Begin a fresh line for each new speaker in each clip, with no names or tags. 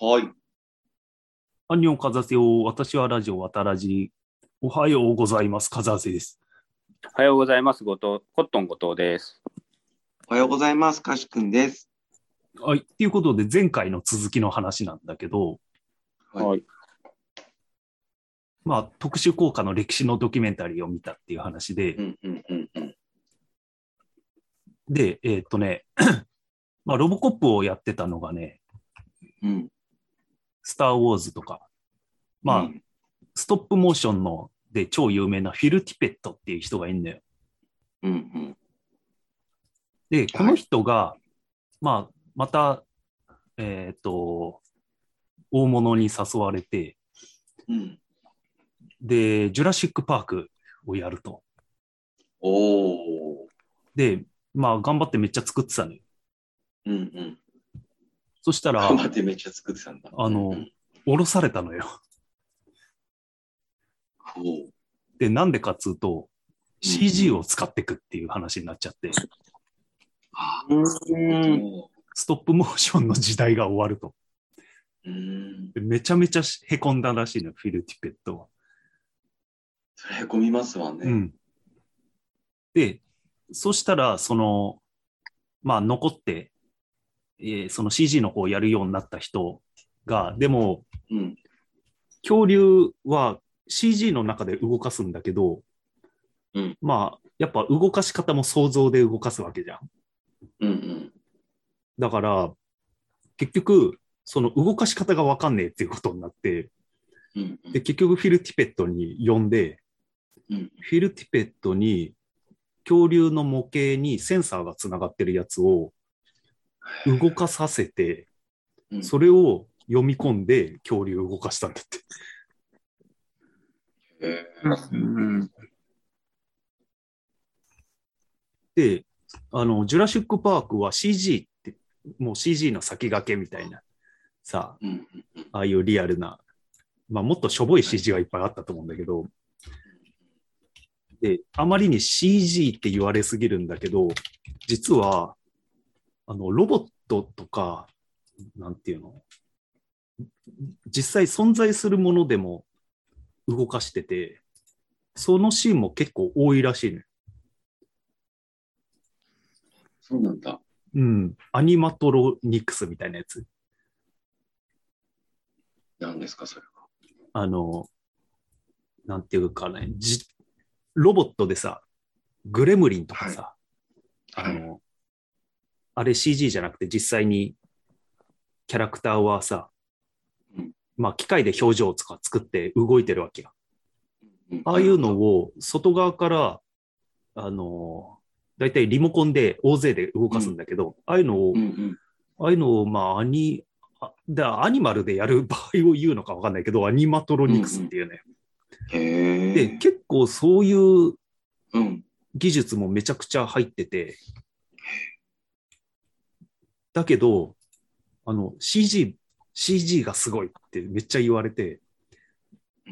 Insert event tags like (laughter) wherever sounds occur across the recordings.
はい。
アンニョンカザセを、私はラジオ渡らじ。おはようございます、カザセです。
おはようございます。後藤、コットン後藤です。
おはようございます。かしくんです。
はい。っていうことで、前回の続きの話なんだけど、
はい
はい。
まあ、特殊効果の歴史のドキュメンタリーを見たっていう話で、
うんうんうんうん。
で、えーっとね、 (clears throat) まあ、ロボコップをやってたのがね、
うん。
スター・ウォーズとか、まあ、
うん
ストップモーションので超有名なフィル・ティペットっていう人がいるんだよ。
うん
で、この人が、まあ、また、えーっと、大物に誘われて、
うん。うん。
で、ジュラシック・パークをやると。
おお。
で、まあ、頑張ってめっちゃ作ってたのよ。
うんうん。
そした (laughs) ら
頑、張ってめっちゃ作ってたんだ。
あの
うん
降ろされたのよ。
おー
で、なんでかっつうと、CG を使ってくっていう話になっちゃって、
あ
う
ー
ん。
お
ストップモーションの時代が終わると。
ーうん。
でめちゃめちゃへこんだらしいのよ、フィル・ティペットは。
それへこみますわね。
うん。で、そしたら、その、まあ、残って、えーその CG の方をやるようになった人が、でも、
うん。
恐竜は CG の中で動かすんだけど、
うん
まあ、やっぱ動かし方も想像で動かすわけじゃん。
うんうん。
だから、結局、その動かし方がわかんねえっていうことになって、
うんうん
で、結局フィル・ティペットに呼んで、
うん
フィル・ティペットに恐竜の模型にセンサーがつながってるやつを動かさせて、
うん
それを読み込んで恐竜を動かしたんだって。
へ
うん。
で、あの、ジュラシック・パークは CG って、もう CG の先駆けみたいな、さ、
ーうん
ああいうリアルな、まあもっとしょぼい CG はいっぱいあったと思うんだけど、で、あまりに CG って言われすぎるんだけど、実は、あの、ロボットとか、なんていうの、実際存在するものでも動かしてて、そのシーンも結構多いらしいね。
そうなんだ。
うん。アニマトロニクスみたいなやつ。
何ですか、それは。
あの、なんていうかね、じロボットでさ、グレムリンとかさ、あの、あれ CG じゃなくて実際にキャラクターはさ、
うん
まあ機械で表情とか作って動いてるわけよ。
うん
ああいうの。を外側から、あの、だいたいリモコンで大勢で動かすんだけど、ああいうのを、
うんうん。
ああいうのを、まあ、アニ、あだアニマルでやる場合を言うのかわかんないけど、アニマトロニクスっていうね。
へ
で、
え。
結構そういう
うん。
技術もめちゃくちゃ入ってて、だけど、あの、CG、CG がすごいってめっちゃ言われて、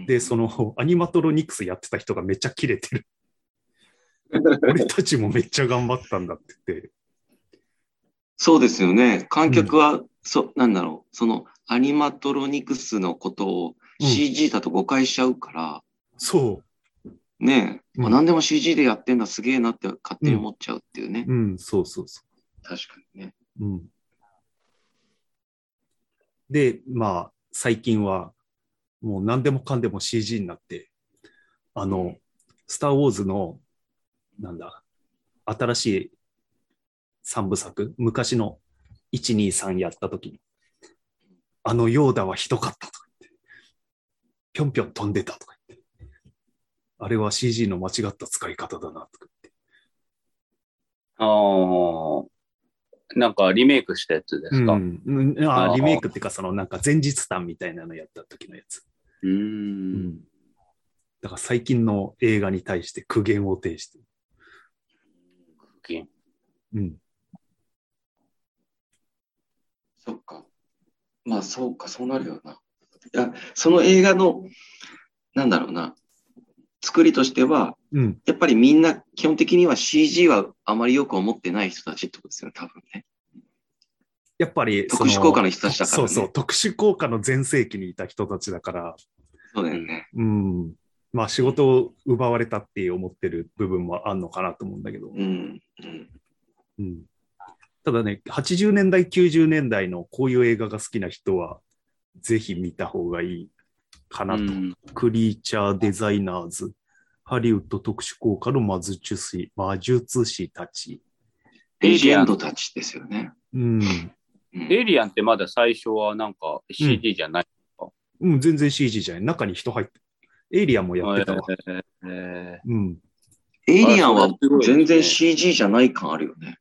で、その、アニマトロニクスやってた人がめっちゃキレてる。俺たちもめっちゃ頑張ったんだって言って、
そうですよね。観客は、そ、なんだろう。その、アニマトロニクスのことを
うん
CG だと誤解しちゃうから、
そ
ねえ、
うん
あ何でも CG でやってんだすげえなって勝手に思っちゃうっていうね。
う、うん、そうそうそう。
確かにね。
うん。で、まあ、最近は、もう何でもかんでも CG になって、あの、スター・ウォーズの、なんだ、新しい三部作、昔の1、2、3やった時に、あのヨーダはひどかったとか言って、ぴょんぴょん飛んでたとか言って、あれは CG の間違った使い方だなとか言って、
ああ。なんかリメイクしたやつですか。う
うんうんあ
あー。
リメイクっていうか、そのなんか前日談みたいなのやった時のやつ。うんんだから最近の映画に対して苦言を呈してる。うん。
そっか。まあ、そうか、そうなるよな。いや、その映画の、なんだろうな、作りとしては、
うん。
やっぱりみんな基本的には CG はあまりよく思ってない人たちってことですよね、多分ね。
やっぱりそ
特殊効果の人たちだから
そ
ね
うそう、特殊効果の全盛期にいた人たちだから、
そうだよね。
うん、まあ仕事を奪われたって思ってる部分はあるのかなと思うんだけど、
うん。うん。
うん、ただね、80年代、90年代のこういう映画が好きな人は、ぜひ見た方がいいかなと。
うん
クリーチャーデザイナーズ、ハリウッド特殊効果の魔術師魔術師たち。
レジェンドたちですよね。
うん、
うん
エイリアンってまだ最初はなんか CD じゃない。
うん、全然 CG じゃない。中に人入ってエイリアンもやってたわ。
えー
うん、
エイリアンは
あそれすごいですね
全然 CG じゃない感あるよね。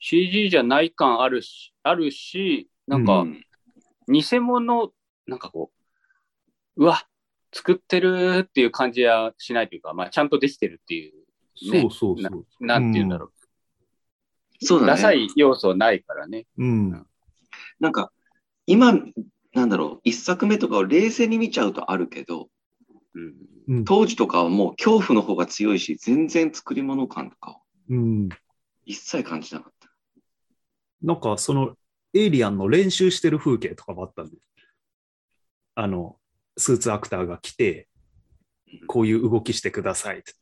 CG じゃない感あるし、あるし、なん
う
か、
ん
偽物、なんかこう、うわ、作ってるっていう感じはしないというか、まあ、ちゃんとできてるっていう、
そうそうそう。
なんて言うんだろ
そう
う。
だ
ダサ
ね。
い要素ないからね。
うん、
なんか、今、なんだろう、一作目とかを冷静に見ちゃうとあるけど、
うん。
うん、
当時とかはもう恐怖の方が強いし、全然作り物感とかを
うん。
一切感じなかった。
なんかそのエイリアンの練習してる風景とかもあったんで、あの、スーツアクターが来て、こういう動きしてくださいって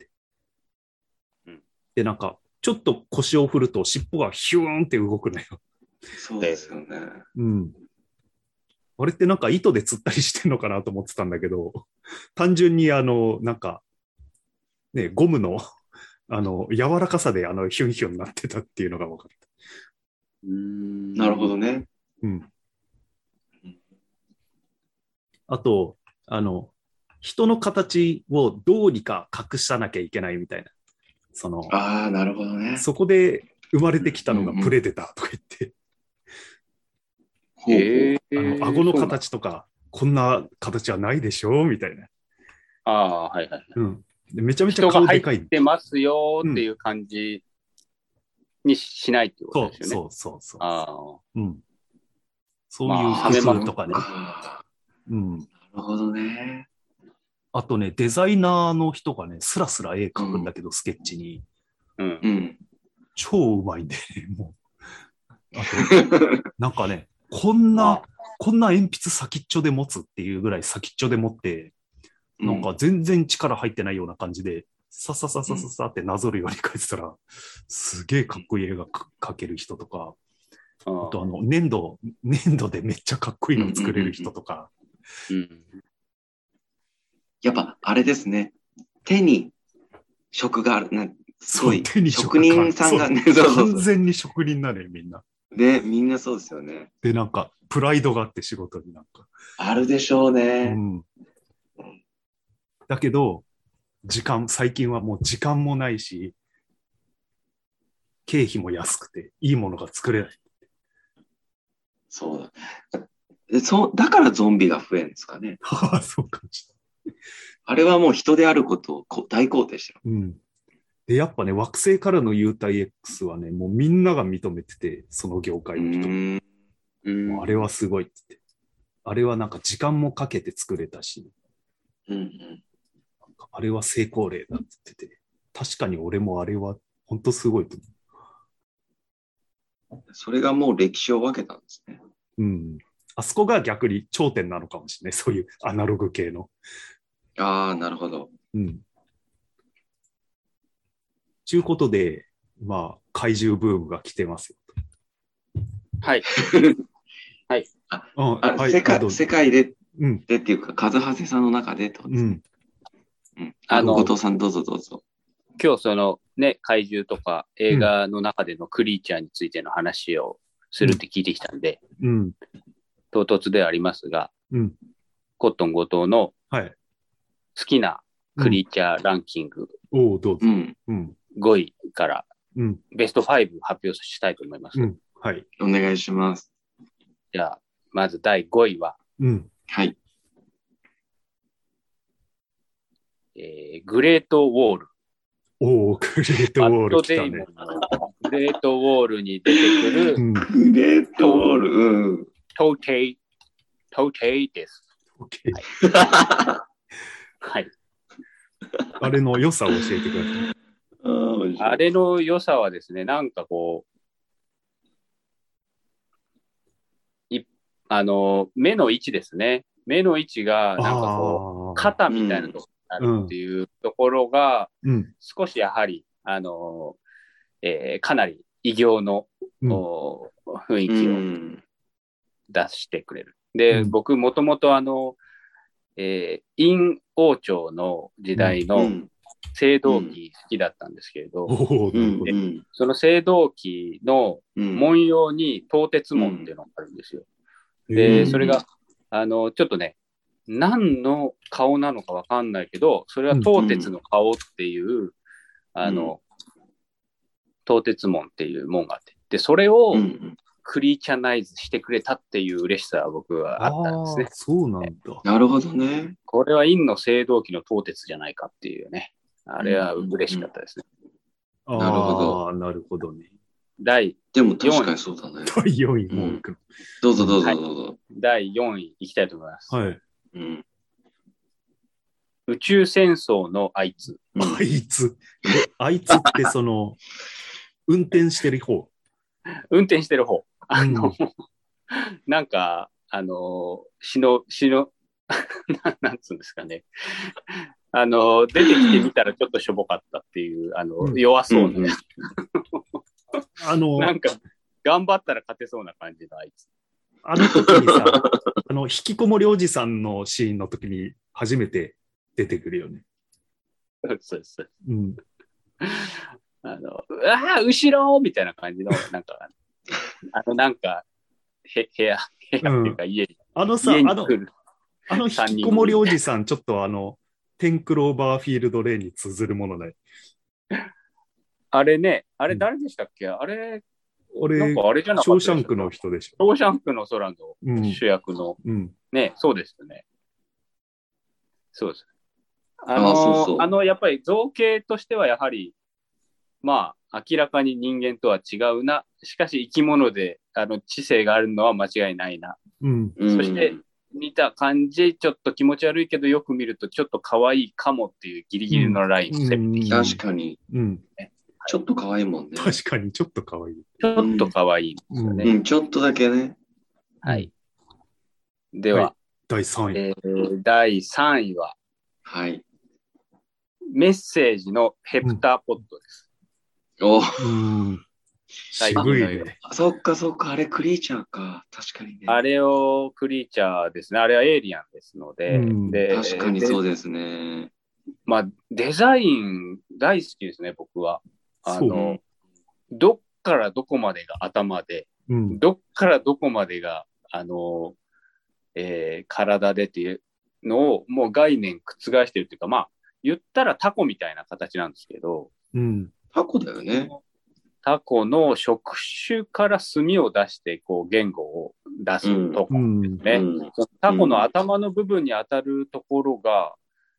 言
う
って
ん。
で、なんか、ちょっと腰を振ると尻尾がヒューンって動くのよ。
そうですよね。
うん。あれってなんか糸で釣ったりしてんのかなと思ってたんだけど、単純にあの、なんか、ね、ゴムの、あの、柔らかさであの、ヒュンヒュンになってたっていうのが分かった。
なるほど
ね。
ね。
うん
うん。
あと、あの、人の形をどうにか隠さなきゃいけないみたいな。その、
ああ、なるほどね。
そこで生まれてきたの
うんうん
が
うん
プレデターとか言って、
ほうほう
あの、顎の形とか、こんな形はないでしょうみたいな。
ああ、はいはい。
うん。でめちゃめちゃ
人が
顔
入
でかい
っ。てますよーっていう感じにしないってこと
そう
ですよね。
そうそうそう。
あ
うん。そうい
まあ
う工夫とかね。
あ
うん。
ーなるほどね。
あとね、デザイナーの人がね、スラスラ絵描くんだけど、スケッチに。
あ、うん
う。ん。
超うまいんで、 (laughs) もう。あ
(laughs)
と、 (laughs) なんかね、こんな
あ、
こんな鉛筆先っちょで持つっていうぐらい先っちょで持って、なんか全然力入ってないような感じで、ささささささってなぞるように書いてたら、すげえかっこいい絵がか描ける人とか、
あ
あと
ー
あの、粘土、粘土でめっちゃかっこいいの作れる人とか、
うん
やっぱあれですね。手に職がある。なんすご
そう
い。
手に
職人さんがね、そうそう
完
そう
全に職人なね、みんな。
で、みんなそうですよね。
で、なんか、プライドがあって仕事になんか。
あるでしょう
う
ね。
ん、だけど、時間、最近はもう時間もないし、経費も安くて、いいものが作れない。 (laughs)
そうだ。でそうだからゾンビが増えるんですかね。
ああ、そうかもし
あれはもう人であることをこう大肯定してる。
れない。うん。で、やっぱね、惑星からの幽体 X はね、もうみんなが認めてて、その業界の人も、
ん。
うん
あれはすごいって言って。あれはなんか時間もかけて作れたし、
うんうん。
あれは成功例だって言ってて、確かに俺もあれは本当すごいと思
それがもう歴史を分けたんですね。
う。うん。あそこが逆に頂点なのかもしれない。そういうアナログ系の。
ああ、なるほど。
うん。ちゅうことで、まあ、怪獣ブームが来てますよ。
はい。
うん
あ、
はい
世
あど
界
うぞ
世界で
うん、
でっていうか、カズハセさんの中でってことで
う
すね。
ん、
うん、あ
あ
の
の
後藤さん、どうぞどうぞ。
今日そのね、怪獣とか映画の中でのクリーチャーについての話をするって聞いてきたんで、
うん、
唐突ではありますが、
うん。
コットン後藤の
はい。
好きなクリーチャーランキング
おお、どう
う
ぞ。
ん、
うん、
5位から
うん、
ベスト5発表したいと思います。
うん。はい。
お願いします。
じゃあ、まず第5位は、
うん。
はい。
えーグレートウォール。
おお、クレートウ
マ
ォー
ッ
ル
ト
来た
デイ
ね
モ。ンのグレートウォールに出てくる
うん。
グレートウォール。うん。
トーテイ、トーテイです。
オッケー
はい。
あれの良さを教えてください。
あー面白い
あれの良さはですね、なんかこう、あの、目の位置ですね。目の位置が、なんかこ
あ
う、
あ。
肩みたいなところになるっていうところが、
うん。
少しやはり、あの、えーかなり異形の、
うん。
お雰囲
う
気を
ん。
出してくれる。で、
うん
僕もともとあの、えー陰王朝の時代
う
の
ん。
青銅器好きだったんですけれど、
おお、
う
なんるほ
う
ど。
ん。
その青銅器の
うん。
文様に東鉄門っていうのがあるんですよ。
う
で、
ん
それが、あの、ちょっとね、何の顔なのかわかんないけど、それは東鉄の顔っていう、あの、東鉄門っていう門があって、で、それを
うん
クリーチャーナイズしてくれたっていう嬉しさは僕はあったんですね
あ。あ、そうなんだ。
なるほどね。
これは陰の青銅器の東鉄じゃないかっていうね。あれは嬉しかったですね。
あ
なるほど
あー、なるほどね。
第、
でも確かにそうだね。
第4位、もう行く
どうぞどうぞどうぞ。
第4位いきたいと思います。
の。はい。
うん。
宇宙戦争のあいつ。
うん
あいつ。えあいつってそ
(laughs)
の、運転してる方。
運転してる方。あ
うん
の、なんか、あの、しの、しの、 (laughs) ななんつうんですかね。あの、出てきてみたらちょっとしょぼかったっていう、あ
う
の、
ん
弱そうな、
あの、
なんか、頑張ったら勝てそうな感じのあいつ。
あの時にさ、あの、引きこもりおじさんのシーンの時に初めて出てくるよね。
そうです。そうです
うん。
あの、うわあ、後ろみたいな感じの、なんか、あの、なんか、へ部屋、部屋っていうか家に、
あのさ、
家
あ
に
の
来、る。
あの
三人
引
組
きこもりおじさん、ちょっとあの、テンクローバーフィールドレイに通ずるものない。
あれね、あれ誰でしたっけ、あれ、な
俺、シ
んかあれじゃなか
ョ
っ
ー
たでし
シ
た
ャ
っけ
ンクの人でし
シ
ょ。
ョーシャンクの空の
うん。
主役の、
うん。
ね、そうですよね。そうです。あの
あそうそう
あの、やっぱり造形としてはやはり、まあ、明らかに人間とは違うな。しかし生き物で、あの、知性があるのは間違いないな。
うん。
うん
そして見た感じ、ちょっと気持ち悪いけど、よく見るとちょっと可愛いかもっていうギリギリのラインを攻めてきた。
確かに、
うん。
ちょっと可愛いもんね。
確かに、ちょっと可愛い。
ちょっと可愛いんですよね。
うん、ちょっとだけね。
はい。では、
は第3位。
えー第3位は、
はい。
メッセージのヘプターポッドです。
お
うん。渋いね。
そっかそっか、あれクリーチャーか。確かにね。
あれをクリーチャーですね。あれはエイリアンですので、
うん
で
確かにそう
で
ですね。
まあ、デザイン大好きですね、僕は。あ
そう
の、どっからどこまでが頭で、
うん。
どっからどこまでが、あの、えー体でっていうのを、もう概念覆してるっていうか、まあ、言ったらタコみたいな形なんですけど、
うん。
タコだよね。
タコの触手から墨を出して、こう、言語を出すとか、
うん。
ね
うん
タコの頭の部分に当たるところが、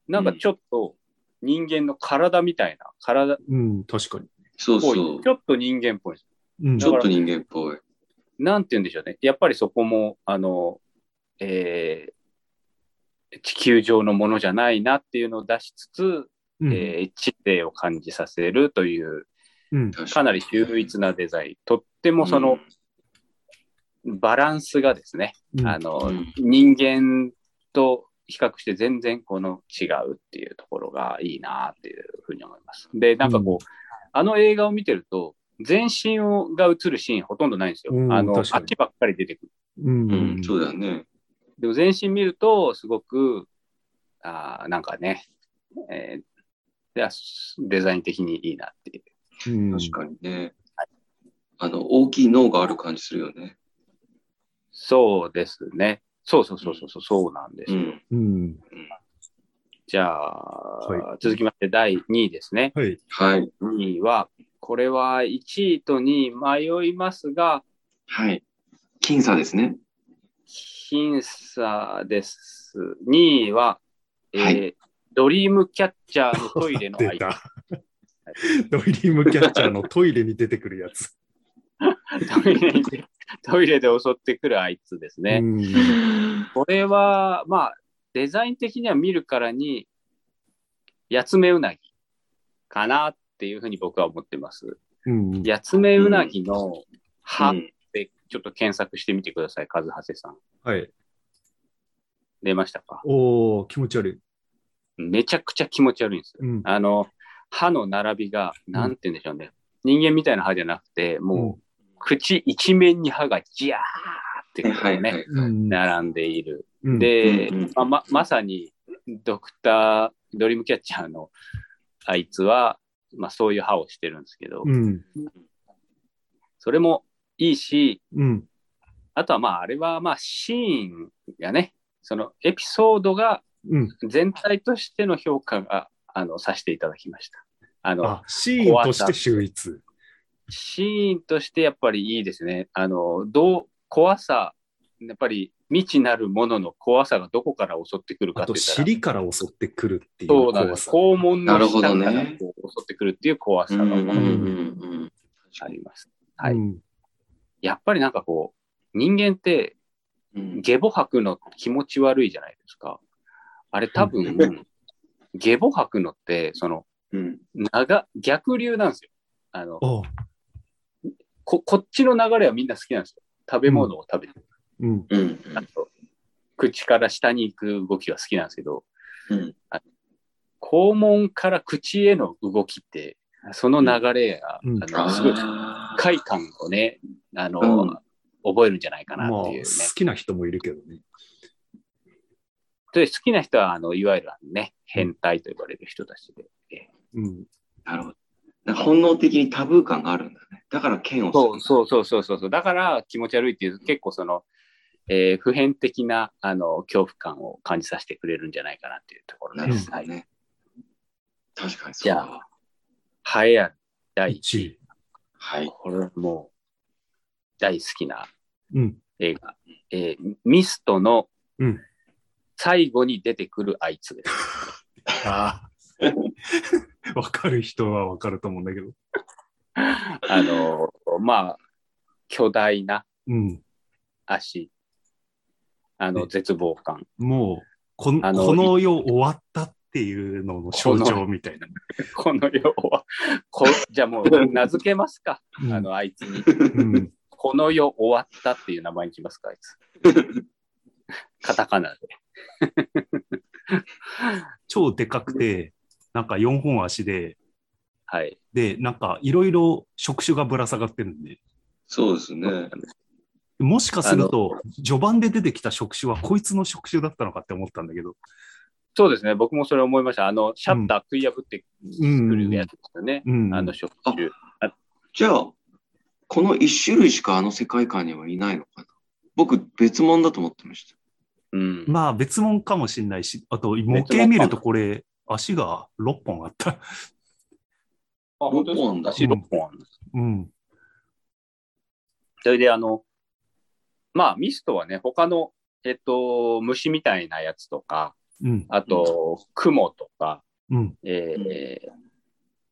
なんかちょっと人間の体みたいな、体っ
うん。確かに。
そう
ぽ
そう
い、ち。ょっと人間っぽい。
うん
ち。ょっと人間っぽい。
なんて言うんでしょうね。やっぱりそこも、あの、えー地球上のものじゃないなっていうのを出しつつ、
うん
えー知性を感じさせるという、
うん。
確
か
に
なり秀逸なデザイン。とってもその、バランスがですね、
うん
あの、
うん
人間と比較して全然この違うっていうところがいいなっていうふうに思います。で、なんかこう、あの映画を見てると、全身をが映るシーンほとんどないんですよ。
うん
あの、
確かに
足ばっかり出てくる。
うん。
うんうんそうだよね。
でも全身見ると、すごく、あーなんかね、えーでデザイン的にいいなっていう。
うん
確かにね。あの、大きい脳がある感じするよね。
そうですね。そうそうそうそうそう、そうなんです
う
よ。
ん。
うん。
じゃあ、
は
続きまして第2位ですね。
はい。
はい。
2位は、これは1位と2位迷いますが、
はい。僅差ですね。
僅差です。2位は、えー
はい
ドリームキャッチャーのトイレの
出 (laughs)
愛。
た。ドリームキャッチャーのトイレに出てくるやつ。
トイレでトイレで襲ってくるあいつですね。
うん
これは、まあ、デザイン的には見るからに、ヤツメウナギかなっていうふうに僕は思ってます。
うん。
ヤツメウナギの歯
う
っ
ん
てちょっと検索してみてください、カズハセさん。
はい。
出ましたか
おー、気持ち悪い。
めちゃくちゃ気持ち悪いんですよ。
うん。
あの、歯の並びが、なんて言うんでしょうね。人間みたいな歯じゃなくて、もう、口一面に歯がジャーってこうね、
はいはいはい。
うん。
並んでいる。
うん、
で、
うんうん
まあままさにドクター、ドリームキャッチャーのあいつは、まあ、そういう歯をしてるんですけど、
うん。
それもいいし、
うん。
あとはまああれはまあシーンがね、そのエピソードが
うん。
全体としての評価があのさせていただきました。あの
あ、シーンとして秀逸。
シーンとしてやっぱりいいですね。あのどう怖さ、やっぱり未知なるものの怖さがどこから襲ってくるか
あ
っ
と、
て言ったら
尻から襲ってくるっていう
そうなんで
怖
す。
さ。
肛門
な
の下か
るほど
ら
ね
こう襲ってくるっていう怖さ
うん
が
うんう
あ
ん
ります。はい
うん
やっぱりなんかこう、人間って
うん。
下ボ吐くの気持ち悪いじゃないですか。あれ多
う
分、下ボ吐くのって、その、
うん。
長、逆流なんですよ。あの、
あ
こ、こっちの流れはみんな好きなんですよ。食べ物を食べて、
うん。
うん。
あと口から下に行く動きは好きなんですけど、
うん。
肛門から口への動きって、その流れが、
うん
あのすごい
ああ。
快感をね、あの、
うん
覚えるんじゃないかな
まあ、
って
好
いうね。
きな人もいるけどね。
で好きな人は、あの、いわゆるね、変態と呼ばれる人たちで。
うん。
なるほど。だから本能的にタブー感があるんだね。だから剣を
そう
す
そうそうそうそうそう。だから気持ち悪いっていう、結構その、えー普遍的な、あの、恐怖感を感じさせてくれるんじゃないかなっていうとこ
る。な
ろで
る
す。
ほ
は
ど
い。
ね。確かにそうだわ。
栄えある第一。
1位。
はい。 (laughs)
これはもう、大好きな
うん。
映画。えーミストの
うん
最後に出てくるあいつです。 (laughs)
ああ。わかる人はわかると思うんだけど。
あの、まあ、巨大な、
うん。
足、あの、
ね
絶望感。 (laughs)
もう、この
あの
この世終わったっていうのの象徴みたいな。
この世は、こじゃあ
(laughs)
もう、名付けますか。
うん
あの、あいつに。
うん。
この世終わったっていう名前にしますか、あいつ。カタカナで。
超でかくて、なんか4本足で、
はい。
で、なんかいろいろ触手がぶら下がってるんで、
そうですね。
もしかすると、序盤で出てきた触手はこいつの触手だったのかって思ったんだけど、
そうですね。僕もそれ思いました。あの、シャッター食い破ってくるやつですよね。
うん。
あの、食中。
じゃあ、この一種類しかあの世界観にはいないのかな。僕、別物だと思ってました。
うん。
まあ別物かもしれないし、あと模型見るとこれ、足が6本あった。
あ、本当です
六本だ
か私六本あるんです。
うん。
それで、あの、まあ、ミストはね、他の、えっと、虫みたいなやつとか、
うん。
あと、雲とか、
うん。
えー、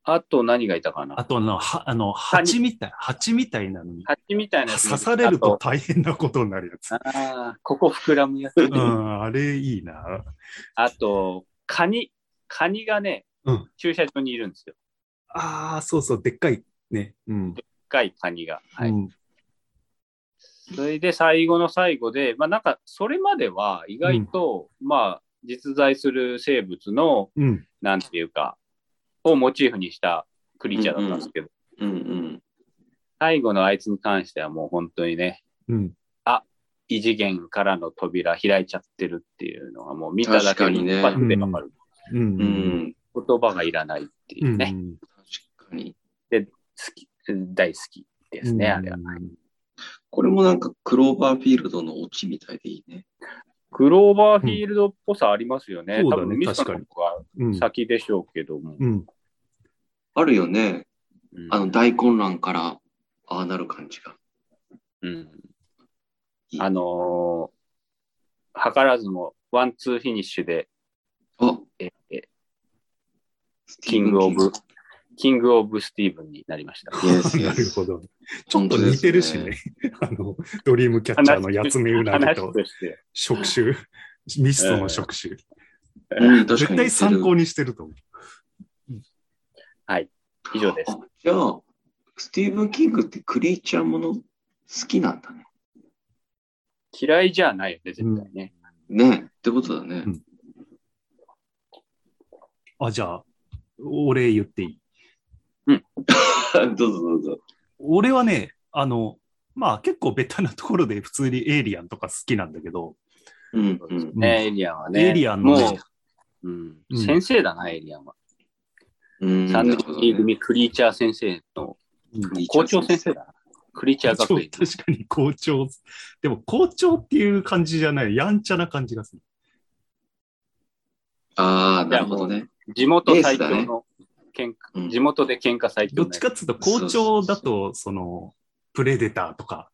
あと何がいたかな
あとあの、は、あの、
ハニ
蜂みたい、蜂みたいなのに、
蜂みたいなやつ
刺されると。大変なことになるやつ
あ。とあー、ここ膨らむやつ。
うん、あれいいな。
あと、カニ。カニがね、
うん
駐車場にいるんですよ。
ああ、そうそう、でっかいね。うん。
深いカニが。はい。
うん
それで最後の最後で、まあなんか、それまでは意外と、まあ、実在する生物の、
うん。
なんていうか、をモチーフにしたクリーチャーだったんですけど、
うんうん。
最後のあいつに関してはもう本当にね、
うん。
異次元からの扉開いちゃってるっていうのがもう見ただけ
確
か
で一
に
発
ね
でわかる。
う。。
うんん。
言葉がいらないっていううんね、
確かに。
好き、大好きですね、あれは。
これもなんかクローバーフィールドのオチみたいでいいね。
クローバーフィールドっぽさありますよね。
うんそ
多
うだ
分
ね
ミスターの方が
うん。
先でしょうけども。
(laughs) うん。
あるよね。
うん
あの大混乱からああなる感じが。
うんあのー図らずもワンツーフィニッシュで、
あ
ええ
スティ
キ
ー
ン
ブン
グオブ、キングオブスティーブンになりました。
Yes,
な
yes. (laughs)
るほど。ちょっと似てるしね。 (laughs) あの、ドリームキャッチャーの八つ目うなぎ
話
と
として。
触手、ミストの触手。
うん、確かに
絶
似てる
対参考にしてると思
以上です
あ。じゃあ、スティーブン・キングってクリーチャーもの好きなんだね。
嫌いじゃないよね、絶対ね。
ねってことだね
う。んあ、じゃあ、俺言っていい。
(laughs) どうぞどうぞ。
俺はね、あの、まあ結構ベタなところで普通にエイリアンとか好きなんだけど、
うんうん。
うん
ね、エイリアンはね。
エイリアンの
も
ね
う、うん
うん
先生だな、エイリアンは。
うん
三
な
年
るほど
E
ね
組クリーチャー先生と、
うん
校長先生だな。クリーチャー学園。
確かに校長。でも校長っていう感じじゃない、やんちゃな感じがする。
ああ、なるほどね。
地元最強
エースだ
の喧
う
嘩、
ん
地元で喧嘩最強
ど
の
っ
やつ
ちかっつうと校長だと、その、プレデターとか、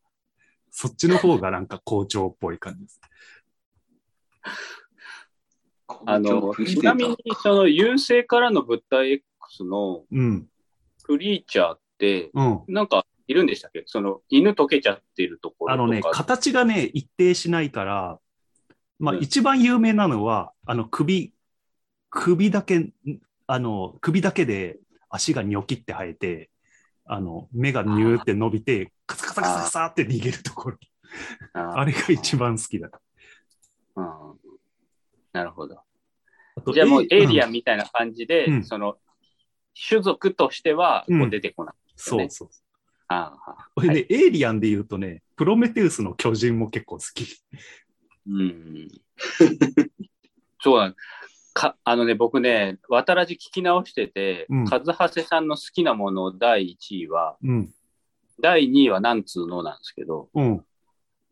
そっちの方がなんか校長っぽい感じです。
あの、ちなみに、その、優勢からの物体 X の
うん、
クリーチャーって、
うん。
なんか、いるんでしたっけその、犬溶けちゃってるところ
あ
とか。
のね、形がね、一定しないから、まあ、
うん
一番有名なのは、あの、首、首だけ、んあの、首だけで足がニョキって生えて、あの、目がニューって伸びて、カサカサカサカサって逃げるところ。あれが一番好きだ。
番。うんなるほど。
あと
じゃあもう、エイリア
うん
ンみたいな感じで、
うん
その、種族としては、こ
う
うん出てこない。
そうそう。
ああ、
俺ね、エイリアンで言うとね、プロメテウスの巨人も結構好き。
うん。 (laughs) そうなんか、あのね、僕ね、渡らじ聞き直してて、
うん
和瀬さんの好きなもの第1位は、
うん、
第2位はなんつうのなんですけど、
うん。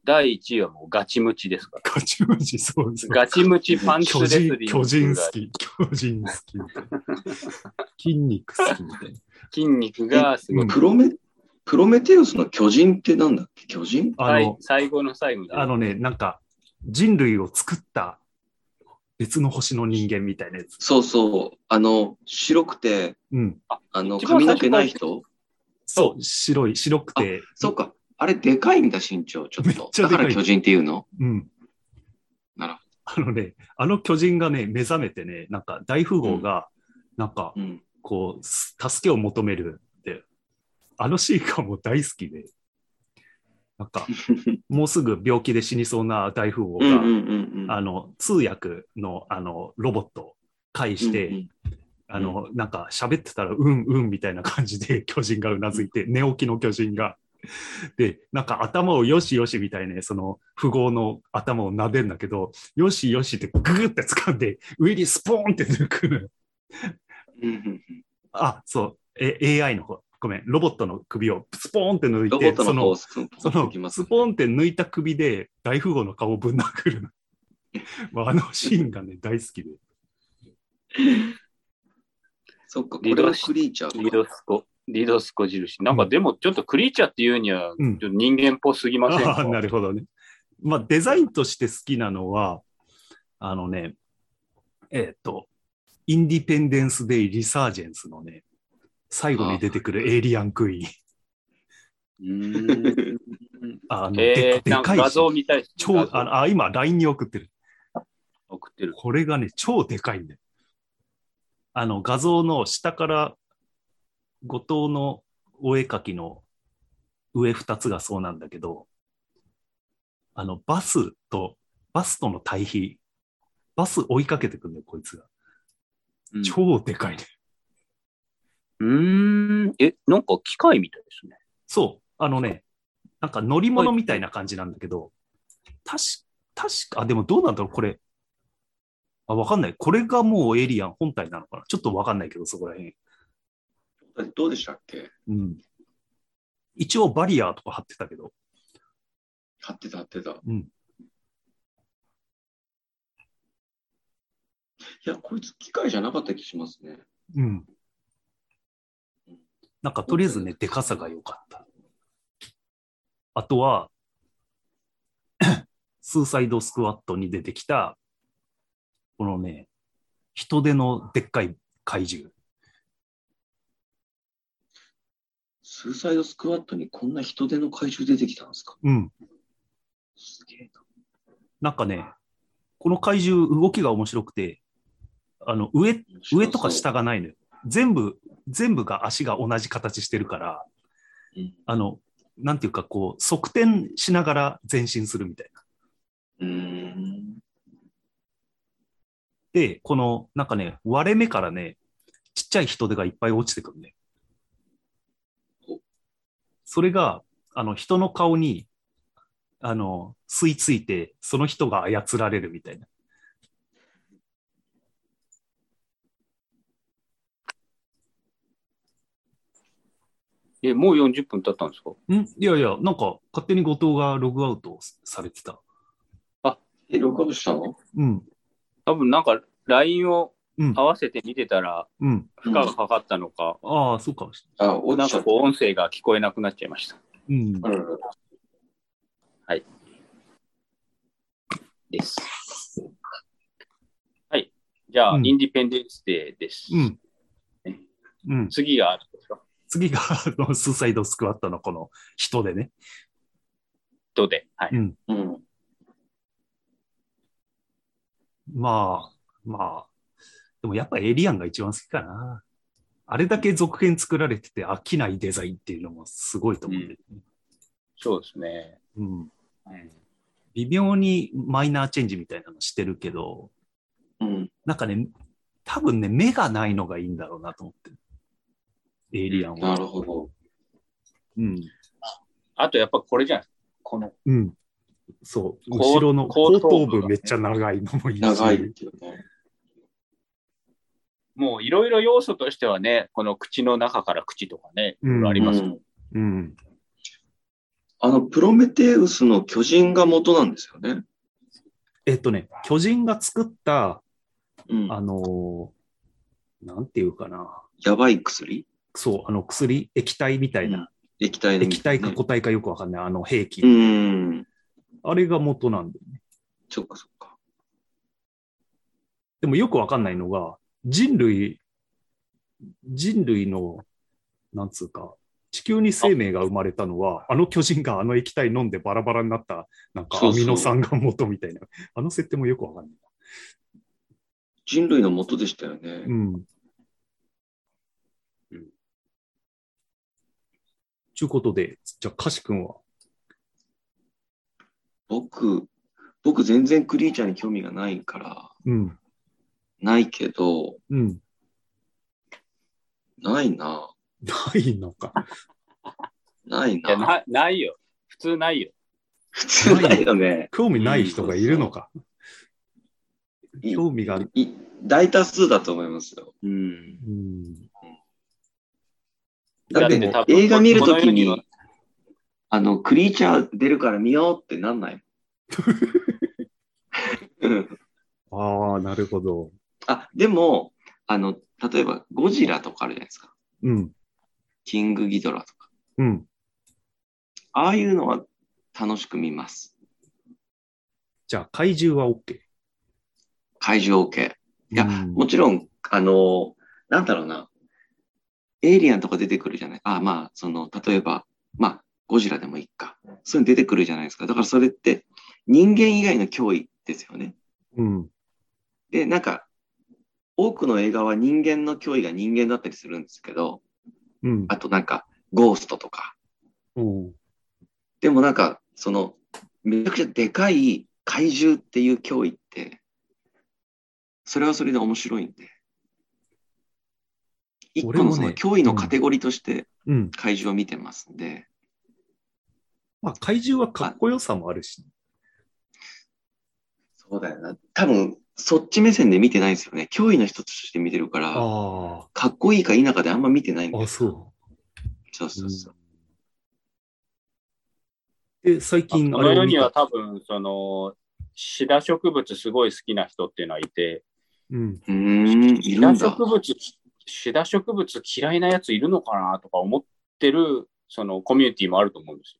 第1位はもうガチムチ
(laughs)
ですから。
ガチムチ、そうそう。
ガチムチパンツ
巨
レス
人
リング
巨人
が
好き、巨人好きみたいな。筋肉好きみたいな。
筋肉がすごい。
うん
プロメ、プロメテウスの巨人ってなんだっけ巨人
あ
最
の、
最後の最後で。
あのね、なんか人類を作った別の星の人間みたいなやつ。
そうそう。あの、白くて、
うん。
あの、
一番
髪
最
の
初
毛ない人
そう、白い、白くて、
そうか。あれ、でかいんだ、身長、ちょ
め
っ
っ
と。
ちゃ
だ
で
か
か
ら
い
巨人っていうの
うん。
なるほ
あのね、あの巨人がね、目覚めてね、なんか大富豪が、なんか
ど。うん。
こう、す助けを求めるって、あのシーンがもう大好きで、なんか、もうすぐ病気で死にそうな大富豪
う
が、
んうんうんうん。
あの、通訳の、あの、ロボットを介して、
うんうん
あの、なんか喋ってたら、うんうんみたいな感じで (laughs) 巨人がうなずいて、寝起きの巨人が。で、なんか頭をよしよしみたいな、その富豪の頭を撫でんだけど、よしよしってググって掴んで、上にスポーンって抜くのよ。
うんうん
あ、そう、え、AI の方。ごめん、ロボットの首をスポーンって抜い
ロボッ
て、
ト
そ
の方を
の、
スプーン
そ
ポンと
の
いき、ます
ス
ね。
ポーンって抜いた首で大富豪の顔をぶん殴るの。 (laughs) まああのシーンがね、大好きで。
そっか、これはクリーチャ
リ
ーか。
ドスコ、リドスコ印。なんかでもちょっとクリーチャーっていうには、ち
う
ょっ
ん
と人間っぽすぎません
あ
か、
あーなるほどね。まあ、デザインとして好きなのは、あのね、えっ、と、インディペンデンス・デイ・リサージェンスのね、最後に出てくるエイリアン・クイーン。
うーん
あの
え
で
ー、
で
なん
か
か
い
画
し
像見たいですね
超
画像
あのあ、今、LINE に送ってる。
送ってる。
これがね、超でかいんだよ。あの、画像の下から、後藤のお絵描きの上2つがそうなんだけど、あの、バスと、バスとの対比、バス追いかけてくんだよ、こいつが。
うん
超でかいね。
うーん。え、なんか機械みたいですね。
そう、あのね、なんか乗り物みたいな感じなんだけど、確か、確か、あ、でもどうなんだろう、これ。あ、わかんない。これがもうエイリアン本体なのかなちょっとわかんないけど、そこら辺。
どうでしたっけ
うん。一応バリアーとか貼ってたけど。
貼ってた貼ってた。
ん
いや、こいつ機械じゃなかった気しますね。
うん。なんかとりあえず
本当
ね
に、
でかさが良かった。あとは、 (coughs) スーサイドスクワットに出てきた、このね、人手のでっかい怪獣。
スーサイドスクワットにこんな人手の怪獣出てきたんですか
うん。
すげえな。
なんかね、この怪獣、動きが面白くて、あの、上、上とか下がないのよ。全部、全部が足が同じ形してるから、
うん。
あの、なんていうか、こう、側転しながら前進するみたいな。
うーん。
で、この、なんかね、割れ目からね、ちっちゃい人手がいっぱい落ちてくるね
お。
それが、あの、人の顔に、あの、吸い付いて、その人が操られるみたいな。
え、もう40分経ったんですか
んいやいや、なんか、勝手に後藤がログアウトされてた。
え、録音したの
うん、
多分なんか LINE を
うん
合、わせて見てたら
うん。
負荷がかかったのか、
ああ、そうかもし
あ、おなん
な
ん
か
か
こう音声が聞こえなくなっちゃいました。
れない。うん。
あららら
です。はい。じゃあ、
うん
インディペンデンスデーです。
うん。うん、
次があるんですか
次が、あの、スーサイドスクワットのこの人でね。
人で。はい。
うん
うん。
まあ、まあ、でもやっぱエイリアンが一番好きかな。あれだけ続編作られてて飽きないデザインっていうのもすごいと思うんだよね。
そうですね。
うん。微妙にマイナーチェンジみたいなのしてるけど、
うん。
なんかね、多分ね、目がないのがいいんだろうなと思ってる。エイリアン
な
は。
るほど。
うん。
あとやっぱこれじゃないですか。この、
うん。そう。
後
後ろの後
後
頭
頭部
部めっちゃ長いのもいいし。
長いっていうね。
もういろいろ要素としてはね、この口の中から口とかね、いろいろあり
う
ます。
ん。
うん。
あの、プロメテウスの巨人が元なんですよね。
えっとね、巨人が作った、
うん。
あのーなんていうかな。
やばい薬
そう、あの薬、液体みたいな、
液体の、
液体か固体かよくわかんない、あの兵器、
うん。
あれが元なんで、ね、
そっかそっか。
でもよくわかんないのが、人類、人類の、なんつうか、地球に生命が生まれたのは、あの巨人があの液体飲んでバラバラになった、なんか
そ
ア
うそう
ミノ酸が元みたいな、あの設定もよくわかんない。
人類の元でしたよね。
うん。
うん
ちゅうことで、じゃあ、カシ君は、
僕、僕全然クリーチャーに興味がないから、
うん、
ないけど、
うん、
ないな。
ないのか。
ない
いや
な。
な、ないよ。普通ないよ。
普通ないよね。
興味ない人がいるのか。
い
興味が、
い大多数だと思いますよ。
うん。
うん、
だっ
だって
て
多分
映画見るとき
この世には
に、あの、クリーチャー出るから見ようってなんないうん
ああ、なるほど。
あ、でも、あの、例えばゴジラとかあるじゃないですか。
うん、
キングギドラとか。
うん。
ああいうのは楽しく見ます。
じゃあ、怪獣は OK。
怪獣 OK。いや
うん
もちろん、あの、なんだろうな。エイリアンとか出てくるじゃない。あ、まあ、その、例えば、まあ、ゴジラでもいいか。そういうの出てくるじゃないですか。だからそれって、人間以外の脅威ですよね。
うん、
で、なんか、多くの映画は人間の脅威が人間だったりするんですけど、
うん、
あとなんか、ゴーストとか。
うん、
でもなんか、その、めちゃくちゃでかい怪獣っていう脅威って、それはそれで面白いんで。一個
俺も
の
ね
その脅威のカテゴリーとして
うん。
怪獣を見てますんで、
まあ、怪獣はかっこよさもあるし。
そうだよな。多分、そっち目線で見てないんですよね。脅威の一つとして見てるから、
あ
かっこいいか否かであんま見てないん
あ、
で
あ
す。
そ
そうそうそう。
う。で、最近、
こ
あ
の
れ
世
を見
には
た。
多分、その、シダ植物すごい好きな人っていうのはいて、
うん、
うーん、い
シ
る
ダ
んだ。
植物、シダ植物嫌いなやついるのかなとか思ってる、そのコミュニティもあると思うんです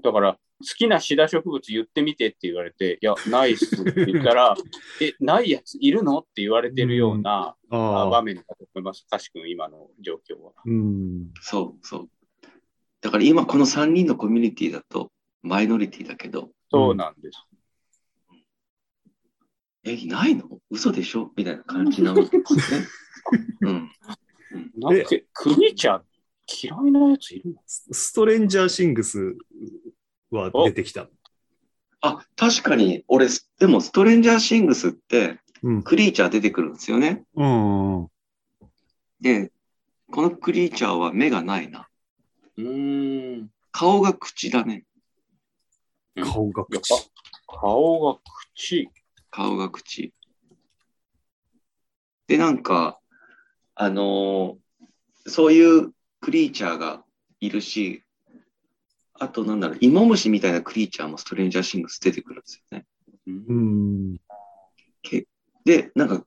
よ。だから、好きなシダ植物言ってみてって言われて、いや、ないっすって言った
(laughs)
ら、え、ないやついるのって言われてるようなあ
あ
場
あ、
面だと思います。かしくん、今の状況は。
うん、
そうそう。だから今この3人のコミュニティだと、マイノリティだけど、
そうなんです。
え、いないの嘘でしょみたいな感じなわけですね。うん。
なんか、クリーチャー嫌いなやついるの
スストレンジャーシングスは出てきた。
あ、確かに、俺、でも、ストレンジャーシングスって、
うん。
クリーチャー出てくるんですよね。
うん。うん
で、このクリーチャーは目がないな。
うーん。
顔が口だね。
顔が
やっ
口。
ぱ顔が口。
顔が口。で、なんか、あのーそういうクリーチャーがいるし、あとなんだろう、イモムシみたいなクリーチャーもストレンジャーシングス出てくるんですよね。
う。
うんん。
で、なんか、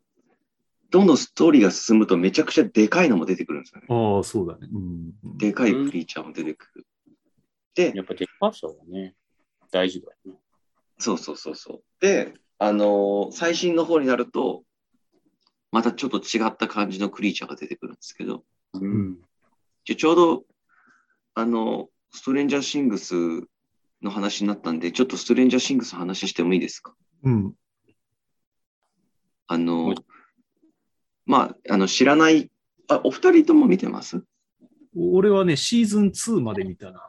どんどんストーリーが進むとめちゃくちゃでかいのも出てくるんですよね。
ああ、そうだね。うん。。
でかいクリーチャーも出てくる。で、
やっぱでかさはね、大事だよね。
そうそうそうそう。で、あのー最新の方になると、またちょっと違った感じのクリーチャーが出てくるんですけど、
うん
ちょちょうど、あの、ストレンジャーシングスの話になったんで、ちょっとストレンジャーシングスの話してもいいですか
うん。
あの
はい、
まあ、あの、知らない、あ、お二人とも見てます
俺はね、シーズン2まで見たな。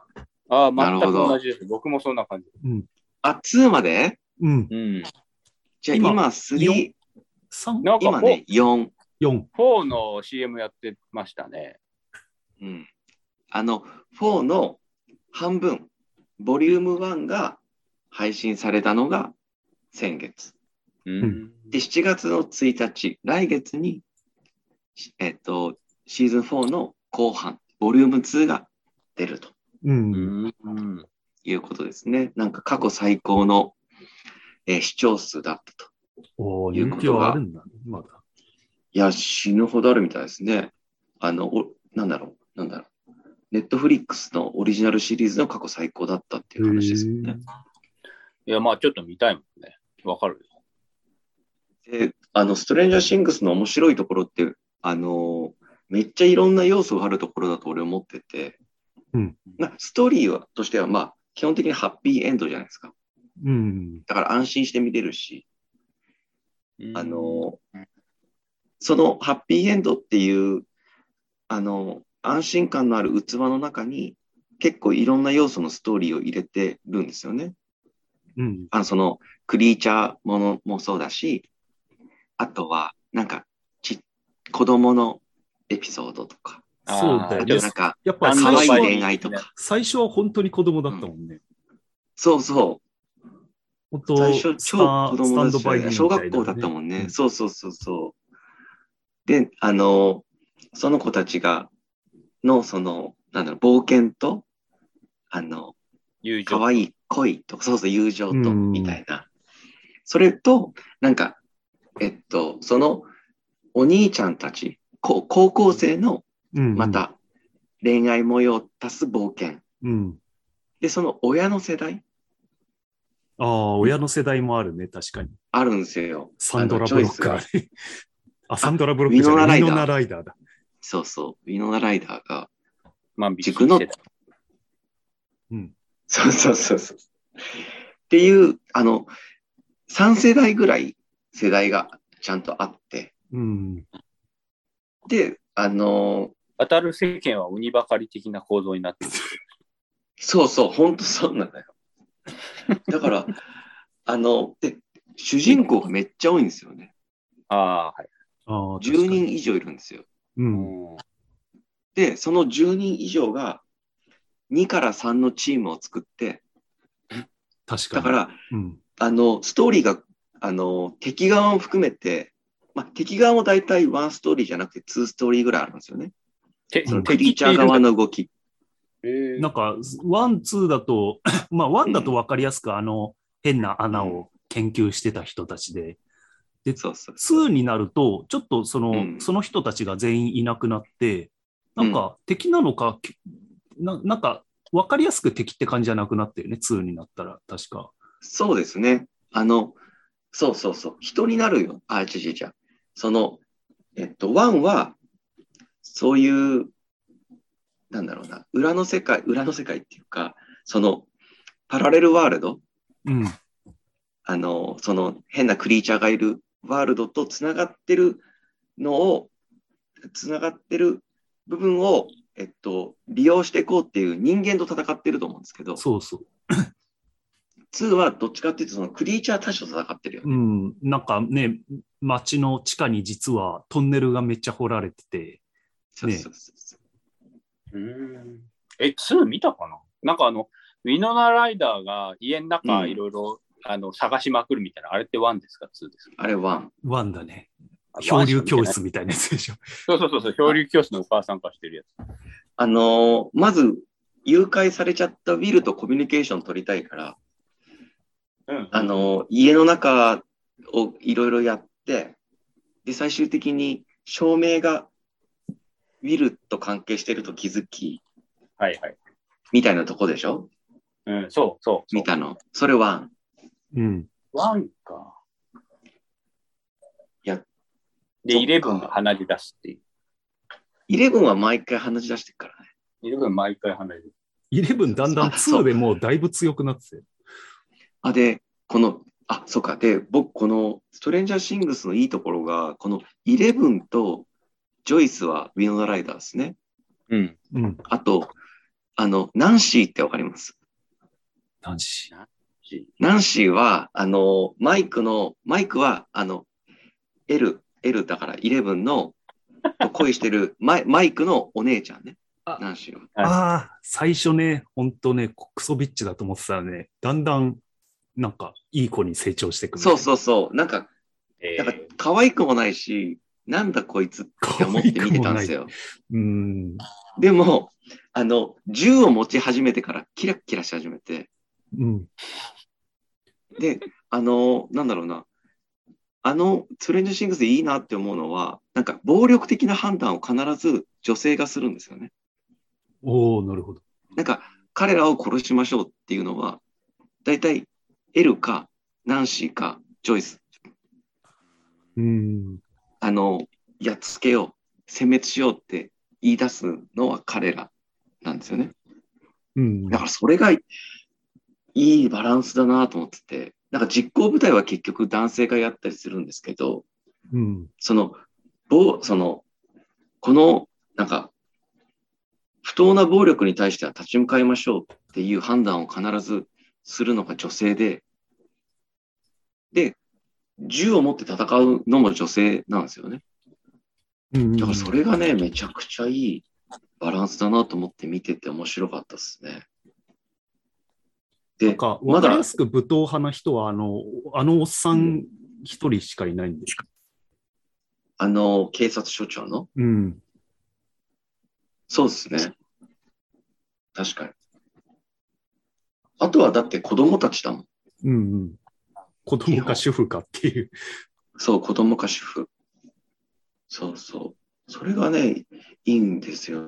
ああ、
なる
全
ほ
く
ど
同じです。僕もそんな感じ。
うん。
あ、2まで
うん。
うん。
じゃあ
今
今、3、
3、
なんか
今
フォ
ね、4。
4。
4の CM やってましたね。
うん。あの、4の半分、ボリューム1が配信されたのが先月。
うん。
で、7月の1日、来月に、しえっと、シーズン4の後半、ボリューム2が出ると
うん。
うん。うん
いうことですね。なんか過去最高の、えー視聴数だったと。
おー
いう
人
こと
気はあるんだね、まだ。
いや、死ぬほどあるみたいですね。あの、おなんだろう、なんだろう。ネットフリックスのオリジナルシリーズの過去最高だったっていう話ですよね。
いや、まあちょっと見たいもんね。わかる。
で、あの、ストレンジャーシングスの面白いところって、あの、めっちゃいろんな要素があるところだと俺思ってて、
うん
なストーリーはとしては、まあ、基本的にハッピーエンドじゃないですか。
うん。
だから安心して見れるし、あの
うん、
そのハッピーエンドっていう、あの、安心感のある器の中に、結構いろんな要素のストーリーを入れてるんですよね。
うん。
あの、その、クリーチャーものもそうだし、あとは、なんか、ち、子供のエピソードとか、
そうだ
あ
よ
と
ね
なん。か、
やっぱ
可
最
愛い
初は、
恋愛とか。
最初は本当に子供だったもんね。
そうそ
本
う。
当
最初、
ス
超
タ
子
ースタ
供
ン
だ
ド
し
バイミーみたいなね
小学校だったもんね。そうそうそうそう。で、あの、その子たちが、の、その、なんだろう、冒険と、あの、
友情。
可愛い恋と、そうそう、友情と、
うん
みたいな。それと、なんか、えっと、その、お兄ちゃんたち、こ高校生の、
うん。
ま。た、恋愛模様を足す冒険。
うん。
で、その親の世代、
ああ、親の世代もあるね、確かに。
あるんですよ。
サンドラ
あの
ブロ
チョイ
ッ
ス
クあ
が
れ。 (laughs) あ、サンドラブロックじゃない。
ウィ
ミ
ノ
ノ
ナ
ナライダーだ。
そうそう、ウィノナライダーが、
万引き
軸の
してた
うん。
そうそうそうそう。っていう、あの、3世代ぐらい世代がちゃんとあって、
うん。
で、あの、
渡る世間は鬼ばかり的な構造にな
(laughs)
ってる。
そうそう、ほんとそうなんだよ。だから、 (laughs) あの、で、主人公がめっちゃ多いんですよね。
ああ、はい。
ああ、
10
確かに。
人以上いるんですよ。
うん。
で、その10人以上が2から3のチームを作って、
確か
だ
に。
から、
うん。
あの、ストーリーが、あの、敵側も含めて、まあ、敵側も大体1ストーリーじゃなくて2ストーリーぐらいあるんですよね。
て
そのク
敵
リーチャー側の動き。
え
なんか、ワン、ツーだと、 (coughs) まあ、ワンだとわかりやすく、あの、変な穴を研究してた人たちで、
そうそう。
2になると、ちょっとその、
うん
その人たちが全員いなくなって、なんか敵なのか、けななんか分かりやすく敵って感じじゃなくなったよね、2になったら、確か。
そうですね。あの、そうそうそう。人になるよ。あ、違う違う違う。その、えっと、ワンは、そういう、なんだろうな、裏の世界、裏の世界っていうか、その、パラレルワールド、
うん。
あの、その変なクリーチャーがいるワールドとつながってるのを、つながってる部分を、えっと、利用していこうっていう人間と戦ってると思うんですけど、
そうそう。
2はどっちかっていうと、そのクリーチャー対象と戦ってるよね。
うん、なんかね、街の地下に実はトンネルがめっちゃ掘られてて、
そうそうそうそう
うん。え、2見たかななんかあの、ウィノナライダーが家の中いろいろ、あの探しまくるみたいな、あれって1ですか ?2 ですか
あれ1。
ワンだね。
あ
漂流教。
ワンしか見てな
室みたいな
い
やつでしょ。
そうそうそうそう、漂流教室のお母さん化してるやつ。
あのーまず、誘拐されちゃったウィルとコミュニケーション取りたいから、
うん
あのー家の中をいろいろやって、で、最終的に照明がウィルと関係してると気づき、
はいはい。
みたいなとこでしょ
うん、そうそうそう。
見たの。それは、
うん。
ワンか。
いや。そ
で、
っか
イレブンが鼻血出すっていう。
イレブンは毎回話し出してるからね。
イレブン毎回鼻血出す。
イレブンだんだん
あそう
2でもうだいぶ強くなってて。
あ、で、この、あ、そうか。で、僕、この、ストレンジャーシングスのいいところが、このイレブンとジョイスはウィノナライダーですね。
うん。
うん。
あと、あの、ナンシーってわかります
男子。
ナンシーは、あの、マイクの、マイクは、あの、L、L だから、イレブンの、と恋してる (laughs) マイ、マイクのお姉ちゃんね
あ。
ナンシーは。
はい
ああ、最初ね、ほんとね、クソビッチだと思ってたらね、だんだん、なんか、いい子に成長してくる。
そうそうそう。なんか、
え
なんか
ー、
可愛くもないし、なんだこいつって思って見てたんですよ。
う。うん。
でも、あの、銃を持ち始めてから、キラッキラし始めて、
うん。
で、あの、なんだろうな、あの、トレンジシングスでいいなって思うのは、なんか暴力的な判断を必ず女性がするんですよね。
おおなるほど。
なんか、彼らを殺しましょうっていうのは、大体、エルか、ナンシーか、ジョイス、
うん。
あの、やっつけよう、殲滅しようって言い出すのは彼らなんですよね。
うん。
だからそれがいいバランスだなと思ってて、なんか実行部隊は結局男性がやったりするんですけど、
うん。
その、ぼその、この、なんか、不当な暴力に対しては立ち向かいましょうっていう判断を必ずするのが女性で、で、銃を持って戦うのも女性なんですよね。
うん
だからそれがね、めちゃくちゃいいバランスだなと思って見てて面白かったですね。
な
で
ん、か、
ま
わ
だ
かりやすく武闘派な人は、あの、あのおっさん一人しかいないんですか。
あの、警察署長の
うん。
そうですね。確かに。あとはだって子供たちだもん。
うんうん。子供か主婦かっていう。
そう、子供か主婦。そうそう。それがね、いいんですよ